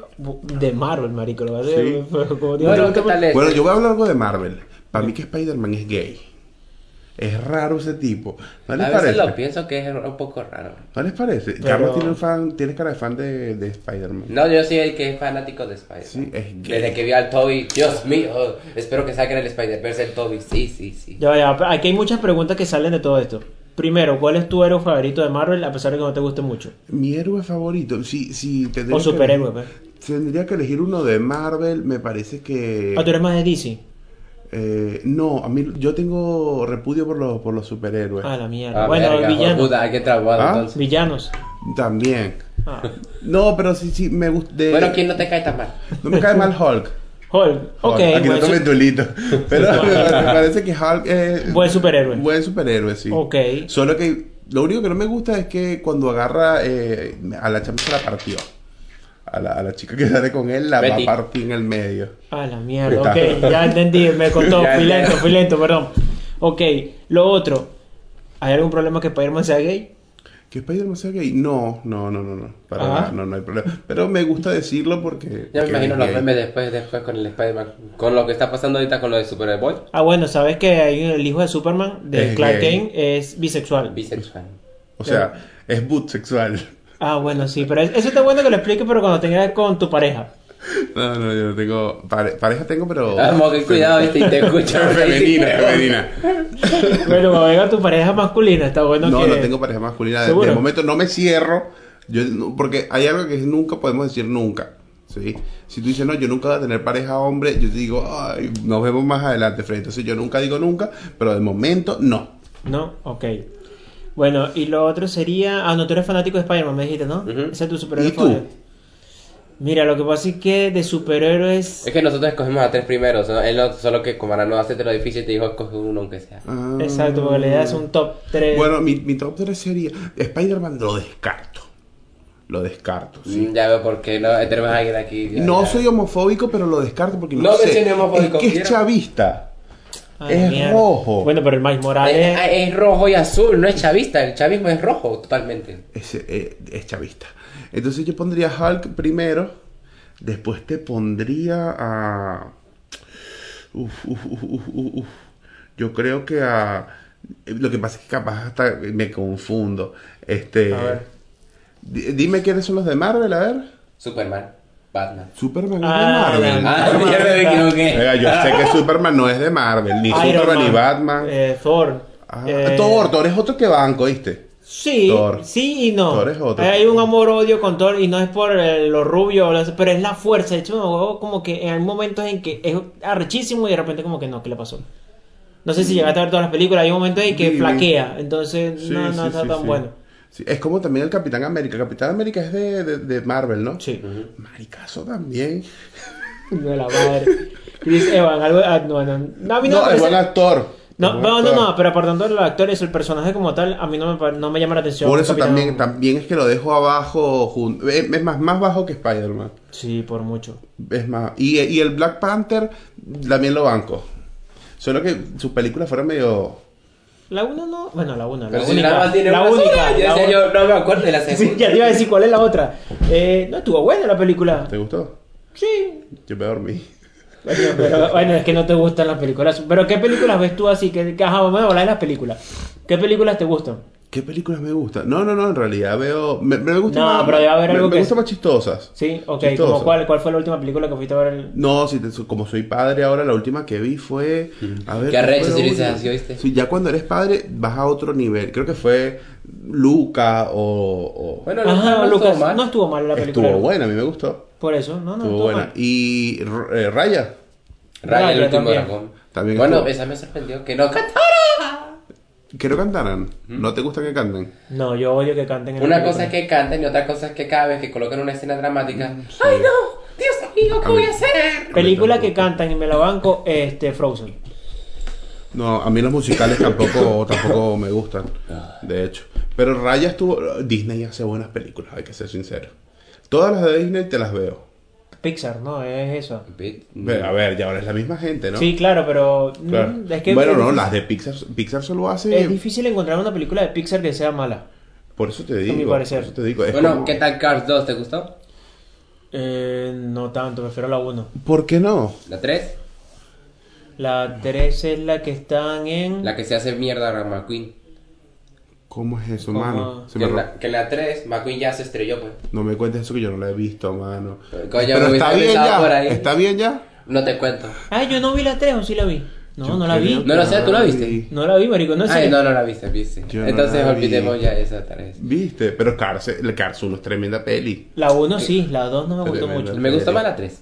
de Marvel, marico. Lo base,
Sí.
pero como digo,
Bueno,
no,
¿qué tal este? es?
eh.
Bueno, yo voy a hablar algo de Marvel. Para mí que Spider-Man es gay. Es raro ese tipo. ¿No les
a veces
parece?
lo pienso que es un poco raro.
¿No les parece? Carlos tiene un fan, tienes cara de fan de, de Spider-Man.
No, yo soy el que es fanático de Spider-Man.
Sí, es gay.
Desde que vi al Toby, Dios mío, espero que saquen el Spider-Verse el Toby. Sí, sí, sí.
Ya, ya, aquí hay muchas preguntas que salen de todo esto. Primero, ¿cuál es tu héroe favorito de Marvel a pesar de que no te guste mucho?
Mi héroe favorito, si, si tendría
O
que-
superhéroe, pues.
Tendría que elegir uno de Marvel, me parece que...
Ah, tú eres más de DC.
eh, no, a mí yo tengo repudio por los, por los superhéroes.
Ah, la mierda.
Ah,
bueno,
verga,
villanos.
joder, puta, hay que trabajar
¿Ah?
entonces.
Villanos.
También.
Ah.
No, pero sí, sí, me gusta... de-
Bueno, ¿quién no te cae tan mal?
No me cae mal Hulk.
Hulk. Ok,
Hulk.
buen,
Aquí no tomen
su-
tulito. Pero me parece que Hulk es...
buen superhéroe.
Buen superhéroe, sí.
Ok.
Solo que lo único que no me gusta es que cuando agarra eh, a la chama se la partió. A la, a la chica que sale con él la va a
Betty.
partir en el medio.
Ah, la mierda.
Está.
Ok, ya entendí. Me contó.
Ya,
fui
ya.
lento, fui lento, perdón. Ok, lo otro. ¿Hay algún problema que Spider-Man sea gay?
¿Que Spider-Man sea gay? No, no, no, no, no. Para
Ajá.
nada, no, no hay problema. Pero me gusta decirlo porque.
Ya me
porque
imagino
es
los
gay.
memes después, después con el Spider-Man. Con lo que está pasando ahorita con lo de Superboy.
Ah, bueno, sabes que hay un- el hijo de Superman, de
Es
Clark
gay.
Kane, es bisexual.
Bisexual.
O sea, es boot sexual.
Ah, bueno, sí, pero es- eso está bueno que lo expliques, pero cuando tengas con tu pareja.
No, no, yo no tengo. pare- pareja tengo, pero.
Ah,
Vamos, Ah, que cuidado, viste, y te escucho.
femenina, femenina.
Bueno, cuando venga tu pareja masculina, está bueno
No,
que...
no tengo pareja masculina. De,
¿Seguro?
de momento no me cierro. Yo, no- porque hay algo que nunca podemos decir nunca. ¿sí? Si tú dices, no, yo nunca voy a tener pareja hombre, yo te digo, Ay, nos vemos más adelante, Fred. Entonces yo nunca digo nunca, pero de momento no.
No, ok. Bueno, y lo otro sería. Ah, no, tú eres fanático de Spider-Man, me dijiste, ¿no?
Ujú.
Ese es tu superhéroe
¿Y tú?
favorito. Mira, lo que pasa es que de superhéroes.
Es que nosotros escogimos a tres primeros. ¿no? Él no, solo que como ahora no hace lo difícil, te dijo escoge uno aunque sea.
Ah.
Exacto, porque le das un top 3.
Bueno, mi, mi top 3 sería Spider-Man lo descarto. Lo descarto, sí.
Mm, Ya veo por qué no tenemos a alguien aquí. ya,
No
ya. Eh,
soy homofóbico, pero lo descarto porque no,
No
sé.
mencioné homofóbico,
es que es
quiero-
chavista. es rojo.
Bueno, pero el Miles
Eh,
Morales.
ah, Es, rojo y azul, no es chavista. El chavismo es rojo totalmente.
Es, eh, es chavista. Entonces yo pondría Hulk primero. Después te pondría a. Uf, uf, uf, uf, uf, uf. Yo creo que a. eh, Lo que pasa es que capaz hasta me confundo. Este.
A ver.
di- Dime quiénes son los de Marvel, a ver.
Superman, Batman.
Superman
Ah,
es de Marvel.
la-
Ah, mierda, me equivoqué.
Oiga, yo sé que Superman no es de Marvel, ni
Iron
Superman
Man,
ni Batman.
eh, Thor.
Ah,
eh,
Thor, Thor es otro que banco, ¿viste?
Sí,
Thor.
sí y no.
Thor es otro.
Hay un amor-odio con Thor y no es por eh, lo rubio, o lo- pero es la fuerza. De hecho, me huevo como que en momentos en que es arrechísimo y de repente como que no, ¿qué le pasó? No sé si llegaste a ver todas las películas, hay momentos en que
Sí, Mm. vi.
flaquea, entonces
Sí,
no, no
sí,
está
sí,
tan
sí.
bueno.
Sí, es como también el Capitán América. Capitán América es de, de- de Marvel, ¿no?
Sí.
Maricazo también.
No, la madre. Chris Evans, algo... ah, no, no. No, a mí no me
No, es
parece-
buen actor.
No,
Es buen
no, no,
actor.
no, pero apartando de los actores, el personaje como tal, a mí no me, pa- no me llama la atención.
Por eso
Capitán-
también, también es que lo dejo abajo. jun- eh, Es más, más bajo que Spider-Man.
Sí, por mucho.
Es más. Y, y el Black Panther también lo banco. Solo que sus películas fueron medio.
La una no, bueno, la una, la
Pero si
única.
nada más tiene
la
una
única.
sola, yo
la
decía,
un-
yo no me acuerdo de la
Sí,
segunda.
ya te iba a decir cuál es la otra. Eh, no estuvo buena la película.
¿Te gustó?
Sí.
Yo me dormí.
Bueno, pero, bueno, es que no te gustan las películas. Pero ¿qué películas ves tú así? Que, que- ajá, vamos a hablar de las películas. ¿Qué películas te gustan?
¿Qué películas me gustan? No, no, no, en realidad veo. Me, me gusta
No,
más,
pero debe haber
me,
algo
me
que-
gustan más chistosas.
Sí, ok.
Chistoso.
¿Como cuál, ¿Cuál fue la última película que fuiste a ver? El...
No, si te- como soy padre ahora, la última que vi fue. A ver,
Mm. Qué arrecho si
¿cuál fue la
lo dices
última?
así, ¿oíste?
Sí, ya cuando eres padre vas a otro nivel. Creo que fue Luca o. o-
Bueno,
Ajá,
no
Lucas,
estuvo mal.
no estuvo mal la película.
Estuvo buena, a mí me gustó.
Por eso, no, no.
estuvo buena.
mal.
Y R- eh, Raya.
Raya, el
Raya
último
también.
dragón.
También
bueno,
estuvo.
esa me sorprendió. Que no canta.
Que no cantaran.
Mm.
¿No te gusta que canten?
No, yo odio que canten en la
Una
película.
cosa es que canten y otra cosa es que cada vez que colocan una escena dramática.
Mm,
¡Ay no! ¡Dios mío! ¿Qué voy a hacer?
Película que cantan y me la banco, este, Frozen.
No, a mí los musicales tampoco, tampoco me gustan.
Ah.
De hecho. Pero Raya estuvo. Disney hace buenas películas, hay que ser sincero. Todas las de Disney te las veo.
Pixar, ¿no? Es eso.
Mm.
Pero, A ver, ya ahora es la misma gente, ¿no?
Sí, claro, pero... mm,
Claro.
Es que
bueno,
es
no,
difícil-
las de Pixar, Pixar solo
Es
hace.
difícil encontrar una película de Pixar que sea mala.
Por eso te digo.
mi parecer.
Por eso te digo. es
Bueno,
como-
¿qué tal Cars 2? ¿Te gustó?
Eh, no tanto, prefiero la 1.
¿Por qué no?
¿La 3?
La 3 es la que están en...
La que se hace mierda a McQueen.
¿Cómo es eso,
Como-
mano? Se
Que en,
me ro-
la, que en la 3, McQueen ya se estrelló, pues.
No me cuentes eso que yo no lo he visto, mano.
Coño,
Pero
me
está
hubiese
bien
avisado por
ya.
ahí.
Está bien ya.
No te cuento.
Ah, yo no vi la 3 o sí la vi. No, no la vi.
No lo sé, ¿tú la viste?
No la vi, marico, no sé.
Ay, no, no la viste, viste.
Yo no
Entonces
la vi.
olvidemos ya esa 3.
Viste, pero Cars, el Cars 1 es tremenda peli.
La 1 sí, la 2 no me gustó
Tremendo.
mucho.
Me gustó más la 3.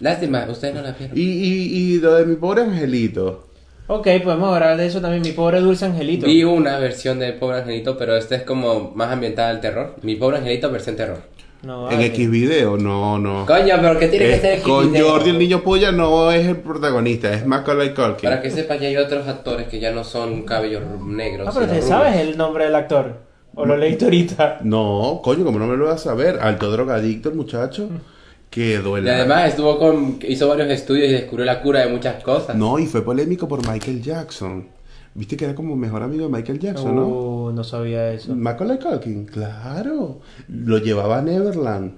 Lástima, ustedes no la vieron.
Y, y, y lo de mi pobre angelito.
Ok, podemos hablar de eso también. Mi pobre dulce angelito.
Vi una versión de Pobre Angelito, pero esta es como más ambientada al terror. Mi Pobre Angelito versión terror.
No,
En
vale.
X video, no, no.
Coño, pero que tiene que
Es-
ser el
Oh. Eh, con
Quintero?
Jordi el niño polla no es el protagonista, es Macaulay Culkin.
Para que sepa que hay otros actores que ya no son cabellos negros.
Ah, pero
sino
te
rubios.
sabes el nombre del actor. O lo leíste ahorita.
No, coño, como no me lo vas a saber. Alto drogadicto el muchacho. Que
Y
duele.
además estuvo con, hizo varios estudios y descubrió la cura de muchas cosas.
No, y fue polémico por Michael Jackson. Viste que era como mejor amigo de Michael Jackson, ¿no?
Uh, no sabía eso.
Macaulay Culkin, claro. Lo llevaba a Neverland.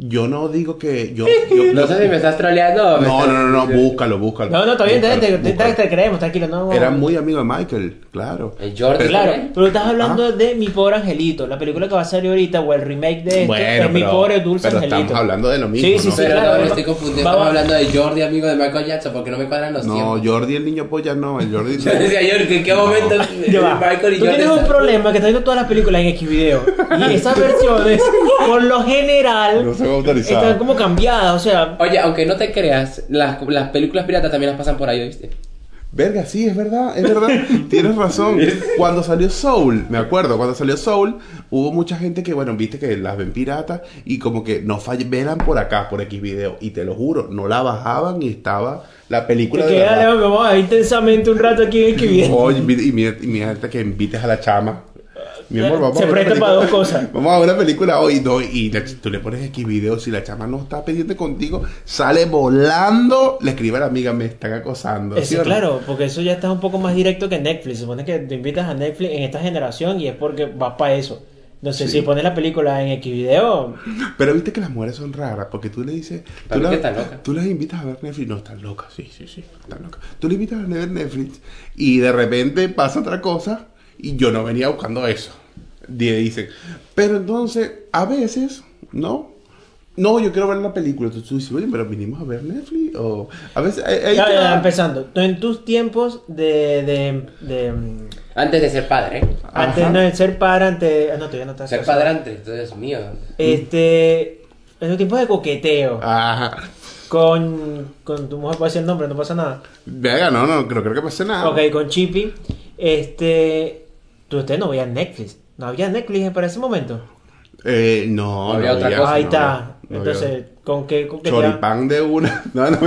Yo no digo que. Yo, yo-
No sé si me estás troleando o me
no,
estás-
no, no, no, búscalo, búscalo.
No, no, está Este, bien, te, te-
Búscalo,
te-
búscalo.
te creemos, tranquilo. No,
Era muy amigo de Michael, claro.
El Jordi.
Claro, pero estás hablando
Ah.
de Mi Pobre Angelito, la película que va a salir ahorita o el remake de esto, este es Mi Pobre Dulce
pero
Angelito.
estamos hablando de lo mismo.
Sí, sí,
¿no?
sí.
Pero
claro,
no, me
va-
estoy confundiendo.
va-
Estamos hablando de Jordi, amigo de Michael Jackson, porque no me cuadran los
No,
tiempos.
Jordi el niño polla no, el Jordi.
Yo decía, Jordi, ¿en qué momento
Ya va.
Michael y
Tú
Jordi
tienes un
están-
problema que estás viendo todas las películas en Xvideo y esas versiones, por lo general,
No son autorizadas.
están como cambiadas, o sea,
Oye, aunque no te creas, las, las películas piratas también las pasan por ahí, ¿oíste?
Verga, sí, es verdad, es verdad. Tienes razón. Cuando salió Soul, me acuerdo, cuando salió Soul, hubo mucha gente que, bueno, viste que las ven piratas y como que no falle- velan por acá, por X video. Y te lo juro, no la bajaban y estaba la
que
película de
queda,
verdad.
vamos a ver intensamente un rato aquí en Xvideo.
Oye, y mira, y mira hasta que invites a la chama. Mi amor, vamos
Se
a ver una
presta
película-
para dos cosas.
Vamos a ver una película hoy, no, y la- tú le pones X videos, si la chama no está pendiente contigo, sale volando, le escribe a la amiga, me están acosando. ¿sí
Eso,
o no?
claro, porque eso ya está un poco más directo que Netflix. Supone que te invitas a Netflix en esta generación y es porque vas para eso. Entonces, si pones la película en Xvideo,
Pero viste que las mujeres son raras, porque tú le dices, tú,
Para mí
la-
que está loca.
tú las invitas a ver Netflix, no, están locas, sí, sí, sí, están locas. Tú le invitas a ver Netflix y de repente pasa otra cosa y yo no venía buscando eso. Y dicen, pero entonces, a veces, ¿no? No, yo quiero ver la película. Entonces tú dices, oye, pero vinimos a ver Netflix o... A veces... eh, ahí- ahí
Ya,
te
ya,
va.
empezando. Tú En tus tiempos de, de, de, mm,
Antes de ser padre.
Antes
Ajá.
no de ser padre, antes. ah, No, todavía no estás
Ser
casado.
padre antes, Dios mío.
Este. En un tiempo de coqueteo.
Ah. Ajá.
Con, con tu mujer, puedo decir el nombre, no pasa nada.
Venga, no, no, creo, creo que pase nada.
Ok, con Chippy. Este. Tú, ustedes no veían Netflix. No había Netflix para ese momento.
Eh, no,
No había otra cosa,
Ahí
no
está.
había- no había-
Entonces, ¿con qué? Con qué te va?
Choripán de una.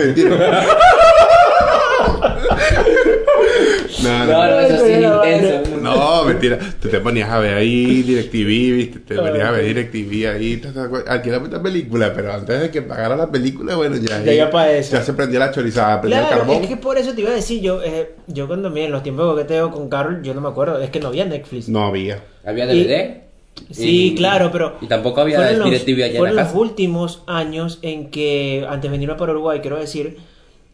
No,
No, no, mentira. no, Ah, no.
no, eso sí es intenso.
No, mentira. Tú te ponías a ver ahí DirecTV, viste. Te ponías a ver
Ah.
DirecTV ahí. ta, ta, cua- Alquilaba esta película, pero antes de que pagara la película, bueno, ya. ahí-
Ya iba pa' eso.
Ya se prendía la chorizada, prendía el
Claro,
carbón.
es que por eso te iba a decir yo, eh, yo cuando miré los tiempos de coqueteo con Carol, yo no me acuerdo, es que no había Netflix.
No había.
Había DVD.
Sí,
Y-
claro, pero
Y tampoco había
fueron los,
DirecTV allá en
fueron
la
los
casa.
últimos años en que, antes de venirme para Uruguay, quiero decir,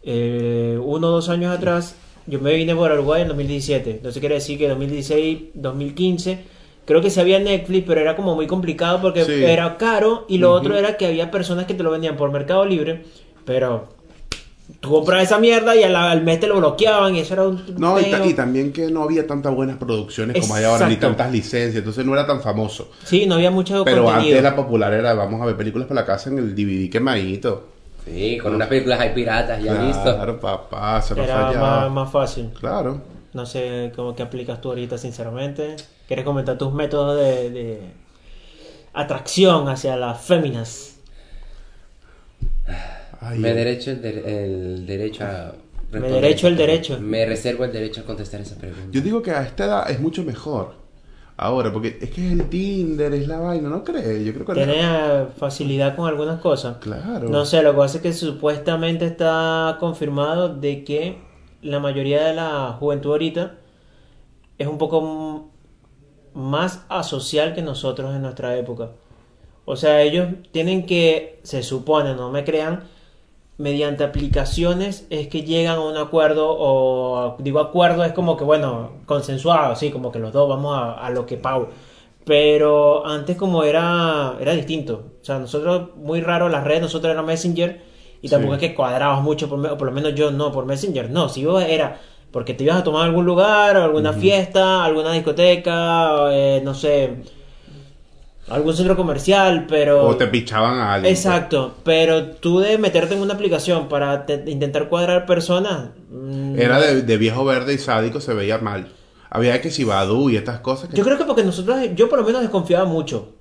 eh, uno o dos años atrás, yo me vine para Uruguay en 2017. Entonces quiere decir que 2016, 2015, creo que se había Netflix, pero era como muy complicado porque
Sí.
era caro y lo otro era que había personas que te lo vendían por Mercado Libre, pero tú comprabas esa mierda y al, al mes te lo bloqueaban y eso era un...
No, y, ta-
peo.
y también que no había tantas buenas producciones como hay ahora, ni
Exacto.
tantas licencias, entonces no era tan famoso.
Sí, no había mucho
Pero
contenido.
antes la popular era, vamos a ver películas para la casa en el DVD quemadito.
Sí, con unas películas hay piratas, ya listo.
Claro, papá, se nos
Era
fallaba.
más, más fácil.
Claro.
No sé cómo que aplicas tú ahorita, sinceramente. ¿Quieres comentar tus métodos de, de atracción hacia las féminas?
Ay,
Me derecho el, de- el derecho a.
Me
responder
derecho el
esa
derecho.
pregunta. Me reservo el derecho a contestar esa pregunta.
Yo digo que a esta edad es mucho mejor. Ahora, porque es que es el Tinder, es la vaina, ¿no crees? Yo creo que...
¿Tienes eh, facilidad con algunas cosas?
Claro.
No sé, lo que pasa es que supuestamente está confirmado de que la mayoría de la juventud ahorita es un poco m- más asocial que nosotros en nuestra época. O sea, ellos tienen que, se supone, no me crean, mediante aplicaciones es que llegan a un acuerdo o digo acuerdo es como que bueno consensuado sí como que los dos vamos a, a lo que pago pero antes como era era distinto o sea nosotros muy raro las redes nosotros era messenger y tampoco
Sí.
es que cuadrábamos mucho por, me- o por lo menos yo no por messenger no si yo era porque te ibas a tomar a algún lugar o alguna fiesta alguna discoteca o, eh, no sé algún centro comercial pero
O te pichaban a alguien.
Exacto, pero tú de meterte en una aplicación para te- intentar cuadrar personas. mm,
Era de, de viejo verde y sádico, se veía mal. Había que si Badoo y estas cosas que...
Yo creo que porque nosotros, yo por lo menos desconfiaba mucho.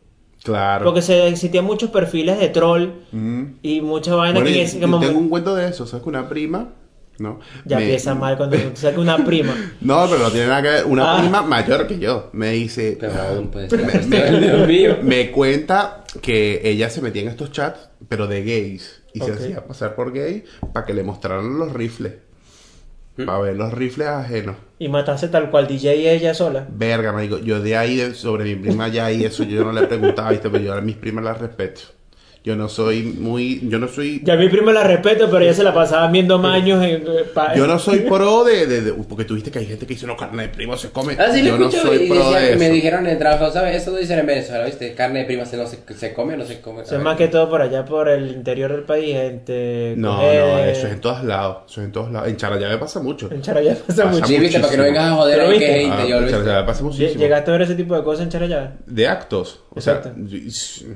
Claro.
Porque se, existían muchos perfiles de troll
Mm.
y mucha vaina
Bueno,
que
yo-
es
yo
como-
tengo un cuento de eso, ¿sabes? Que una prima, ¿no?
Ya
Me-
empieza mal cuando saca una prima.
No, pero no tiene nada que ver. Una
Ah.
prima mayor que yo me dice,
Pero aún puede ser. la cuestión, Dios mío.
Ah. me cuenta que ella se metía en estos chats, pero de gays. Y
Ok.
se hacía pasar por gay para que le mostraran los rifles.
¿Mm?
Para ver los rifles ajenos.
Y matarse tal cual DJ y ella sola.
Verga, me digo, yo de ahí, de- sobre mi prima ya y eso, yo no le preguntaba, ¿viste? pero yo a mis primas las respeto. Yo no soy muy, yo no soy
Ya a mi prima la respeto, pero ella se la pasaba viendo maños. en- eh, pa-
Yo no soy pro de, de- de- Porque tuviste que hay gente que dice, no, carne de primo se come.
Ah, sí, lo
yo no
escucho
soy
y
pro
decía-
de eso.
me dijeron en el trabajo, ¿sabes? Eso dicen en Venezuela, ¿viste? Carne de prima se, no se, se come o no se come.
Eso es
A
más que
ver.
todo por allá, por el interior del país, gente.
No, no, eso es en todos lados. Eso es en todos lados. En Charallave pasa mucho.
En Charallá pasa
Pasa
mucho.
Sí, viste, para que no
muchísimo.
vengas a joder
¿Pero
ahí que
viste?
es
Ah,
hate, yo lo
en Charallave
viste.
pasa
Lle-
muchísimo.
¿Llegaste a ver ese tipo de cosas en Charallá?
De actos. O sea,
Exacto.
y- sí,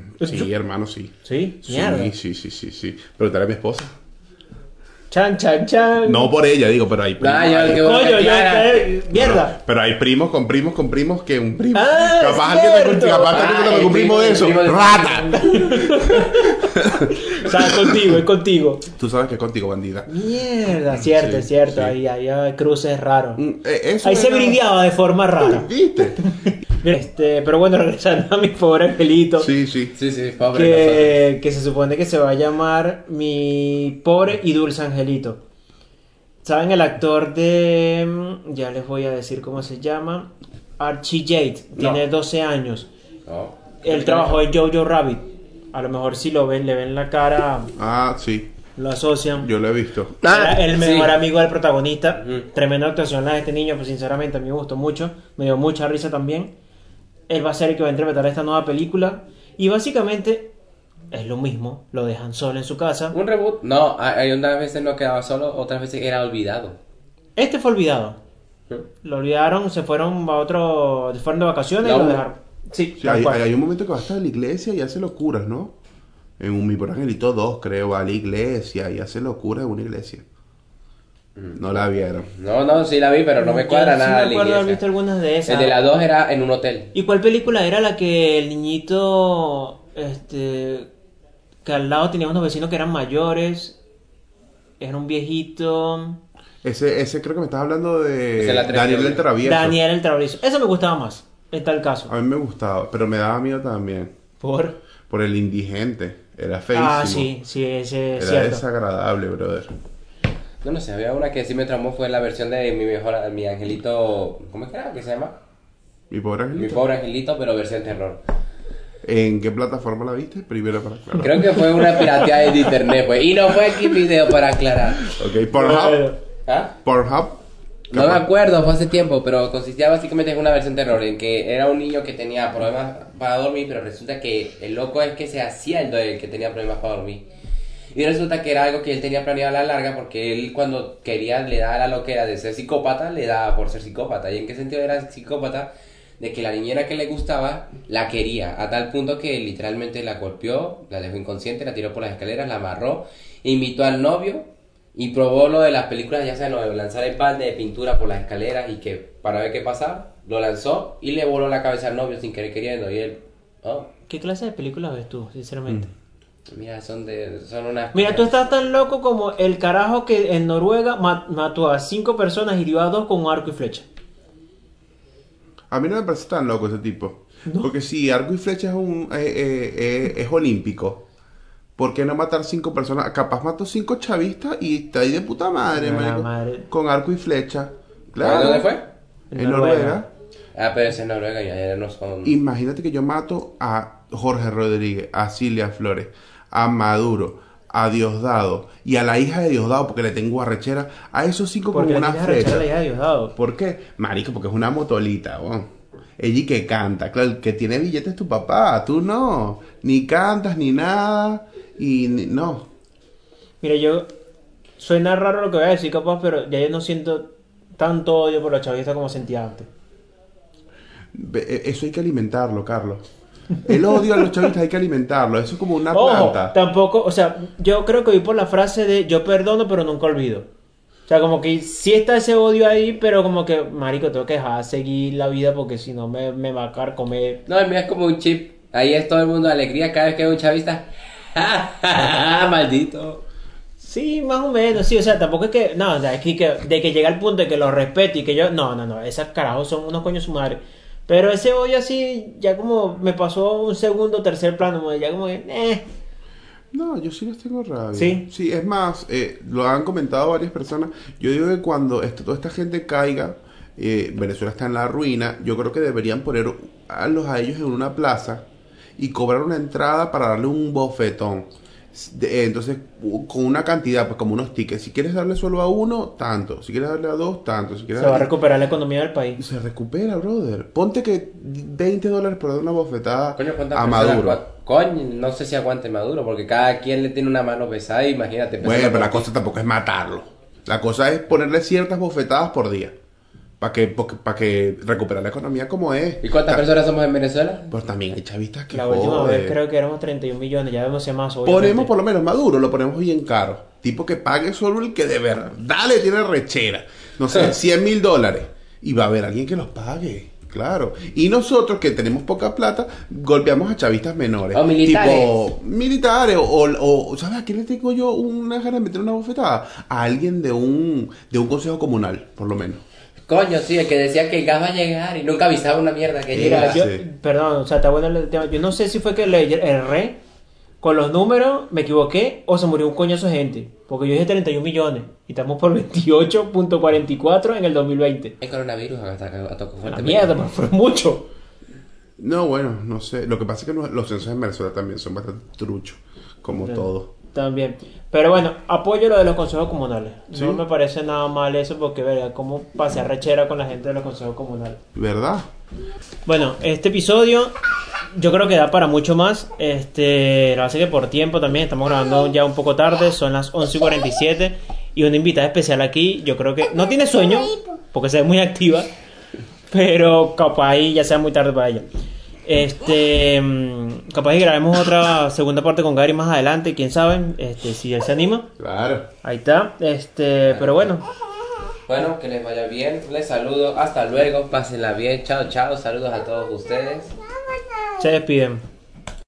hermano, sí.
Sí, mierda.
Sí, sí, sí, sí, sí. Preguntaré a mi esposa.
Chan, chan, chan.
No por ella, digo, pero hay primos.
Ah, ya,
hay-
qué bueno que
Coño,
aclara.
ya, eh, mierda.
Pero, pero hay primos con primos con primos que un primo.
Ah,
capaz
es
alguien te
cierto.
capaz alguien
Ah,
te
el
con un primo
primo-
de
el
eso.
primo de-
¡Rata!
O sea, es contigo, es contigo.
Tú sabes que es contigo, bandida.
Mierda, cierto,
Sí,
es cierto.
sí.
Ahí, ahí hay cruces raros.
Mm, eh, eso
Ahí se
era-
brideaba de forma rara.
¿Viste?
Este, pero bueno, regresando a mi pobre angelito.
Sí, sí.
Sí, sí, pobre. nosotros.
que, que se supone que se va a llamar Mi pobre y dulce angelito. ¿Saben el actor de... mm, Ya les voy a decir cómo se llama. Archie Jade. Tiene 12 años.
No.
El trabajo de Jojo Rabbit. A lo mejor si lo ven, le ven la cara,
Ah, sí.
lo asocian.
Yo lo he visto.
Era el mejor
Ah, Sí.
amigo del protagonista.
Ujú.
Tremenda actuación la de este niño, pues sinceramente a mí me gustó mucho. Me dio mucha risa también. Él va a ser el que va a interpretar esta nueva película. Y básicamente es lo mismo. Lo dejan solo en su casa.
¿Un reboot? No, hay hay unas veces no quedaba solo, otras veces era olvidado.
Este fue olvidado. Lo olvidaron, se fueron a otro. Se fueron de vacaciones
La
y lo
una.
dejaron. Sí,
Sí,
tal
hay,
cual.
hay- hay un momento que va hasta la iglesia y hace locuras, ¿no? En un mi por angelito 2, creo, va a la iglesia y hace locuras en una iglesia.
Mm.
No la vieron.
No, no, sí la vi, pero no me cuadra
Sí
nada.
me
la
acuerdo haber
iglesia.
visto algunas de esas.
El de las dos era en un hotel.
¿Y cuál película era la que el niñito, este, que al lado tenía unos vecinos que eran mayores, era un viejito,
Ese, ese creo que me estás hablando de
Esa es la tres,
Daniel
creo.
el Travieso.
Daniel el Travieso. Eso me gustaba más, en tal caso.
A mí me gustaba, pero me daba miedo también.
Por.
Por el indigente. Era feísimo.
Ah, sí, sí, ese es
Era
cierto.
desagradable, brother.
No, no sé, había una que sí me tramó, fue la versión de mi mejor, mi angelito, ¿cómo es que era? ¿Qué se llama?
Mi pobre angelito.
Mi pobre angelito, pero versión terror.
¿En qué plataforma la viste? Primero para aclarar.
Creo que fue una pirateada de internet, pues. Y no fue aquí video para aclarar.
Ok, Pornhub.
¿Ah?
Pornhub.
No me acuerdo, fue hace tiempo, pero consistía básicamente en una versión terror, en que era un niño que tenía problemas para dormir, pero resulta que el loco es que se hacía el, do- el que tenía problemas para dormir. Y resulta que era algo que él tenía planeado a la larga, porque él cuando quería le daba la loquera de ser psicópata, le daba por ser psicópata. ¿Y en qué sentido era psicópata? De que la niñera que le gustaba la quería, a tal punto que literalmente la golpeó, la dejó inconsciente, la tiró por las escaleras, la amarró, invitó al novio y probó lo de las películas, ya saben, lo de lanzar el balde de pintura por las escaleras y que para ver qué pasaba, lo lanzó y le voló la cabeza al novio sin querer queriendo. Y él, oh,
¿Qué clase de películas ves tú, sinceramente?
Mm.
mira, son de, son unas...
Mira, tú estás tan loco como el carajo que en Noruega ma- mató a cinco personas y dio a dos con un arco y flecha.
A mí no me parece tan loco ese tipo. Porque si arco y flecha es, un, eh, eh, eh, es olímpico, ¿por qué no matar cinco personas? Capaz mató cinco chavistas y está ahí de puta madre,
Ah,
marico,
madre.
Con arco y flecha.
¿A
Claro.
¿Dónde fue?
En Noruega.
Ah, pero ese es Noruega, ya, ya no son...
Imagínate que yo mato a Jorge Rodríguez, a Cilia Flores, a Maduro, a Diosdado y a la hija de Diosdado porque le tengo arrechera. A esos cinco
Porque
con
la
una
tienes arrechada
flecha.
la hija de Diosdado.
¿Por qué? Marico, porque es una motolita, weón. Ella y que canta. Claro, el que tiene billetes es tu papá, tú no. Ni cantas, ni nada. Y ni- no.
Mira, yo suena raro lo que voy a decir, capaz, pero ya yo no siento tanto odio por los chavistas como sentía antes.
Ve- e- Eso hay que alimentarlo, Carlos. El odio a los chavistas hay que alimentarlo. Eso es como una
Ojo,
planta.
tampoco, o sea, yo creo que voy por la frase de yo perdono, pero nunca olvido. O sea, como que sí está ese odio ahí, pero como que, marico, tengo que dejar seguir la vida porque si no me, me va a carcomer.
No, mira, es como un chip. Ahí es todo el mundo de alegría cada vez que hay un chavista. Maldito.
Sí, más o menos, sí, o sea, tampoco es que, no, o sea, es que, que- de que llega al punto de que los respeto y que yo, no, no, no, esas carajos son unos coños su madre. Pero ese odio así, ya como me pasó un segundo, tercer plano, ya como que, eh.
No, yo sí les tengo rabia.
¿Sí?
es más, eh, lo han comentado varias personas. Yo digo que cuando esto- toda esta gente caiga, eh, Venezuela está en la ruina, yo creo que deberían poner a los a ellos en una plaza y cobrar una entrada para darle un bofetón. S- de- eh, entonces, u- con una cantidad, pues como unos tickets. Si quieres darle solo a uno, tanto. Si quieres darle a dos, tanto. Si quieres
Se va a
darle-
recuperar la economía del país.
Se recupera, brother. Ponte que 20 dólares por dar una bofetada
Coño, ¿cuántas
a
personas
Ah, Maduro.
aguant- Coño, no sé si aguante Maduro, porque cada quien le tiene una mano pesada, imagínate.
Bueno,
empezando
pero la
por-
cosa tampoco es matarlo. La cosa es ponerle ciertas bofetadas por día. Para que, para que recuperar la economía como es.
¿Y cuántas
Ta-
personas somos en Venezuela?
Pues también hay chavistas que
La última
joden.
vez creo que éramos 31 millones, ya debemos ser más.
Ponemos
obviamente.
por lo menos Maduro, lo ponemos bien caro. Tipo que pague solo el que de verdad le tiene rechera. No sé, 100 mil dólares. Y va a haber alguien que los pague. Claro. Y nosotros que tenemos poca plata, golpeamos a chavistas menores.
O militares.
Tipo militares. O, o- o, ¿sabes a quién le tengo yo una gana de meter una bofetada? A alguien de un, de un consejo comunal, por lo menos.
Coño, sí, el que decía que el gas va a llegar y nunca avisaba una mierda que
Eh,
llega.
Mira, yo,
Sí.
perdón, o sea, está bueno el tema. Yo no sé si fue que le erré con los números, me equivoqué o se murió un coñazo de gente. Porque yo dije 31 millones y estamos por 28.44 en el 2020.
El coronavirus ataca- atacó
La
fuertemente.
mierda, pero fue mucho.
No, bueno, no sé. Lo que pasa es que los los censos en Venezuela también son bastante truchos, como todo.
También. Pero bueno, apoyo lo de los consejos comunales.
Sí.
No me parece nada mal eso porque, verga, cómo pasé rechera con la gente de los consejos comunales.
¿Verdad?
Bueno, este episodio yo creo que da para mucho más. Este, lo que pasa es que por tiempo también estamos grabando ya un poco tarde, son las 11:47 Y una invitada especial aquí, yo creo que no tiene sueño, porque se ve muy activa, pero capaz ahí ya sea muy tarde para ella. Este, mm, capaz y grabemos otra segunda parte con Gary más adelante, quién sabe, este, si él se anima.
Claro.
Ahí está, este, pero bueno,
Bueno, que les vaya bien. Les saludo. Hasta luego. Pásenla bien. Chao, chao. Saludos a todos ustedes.
se despiden.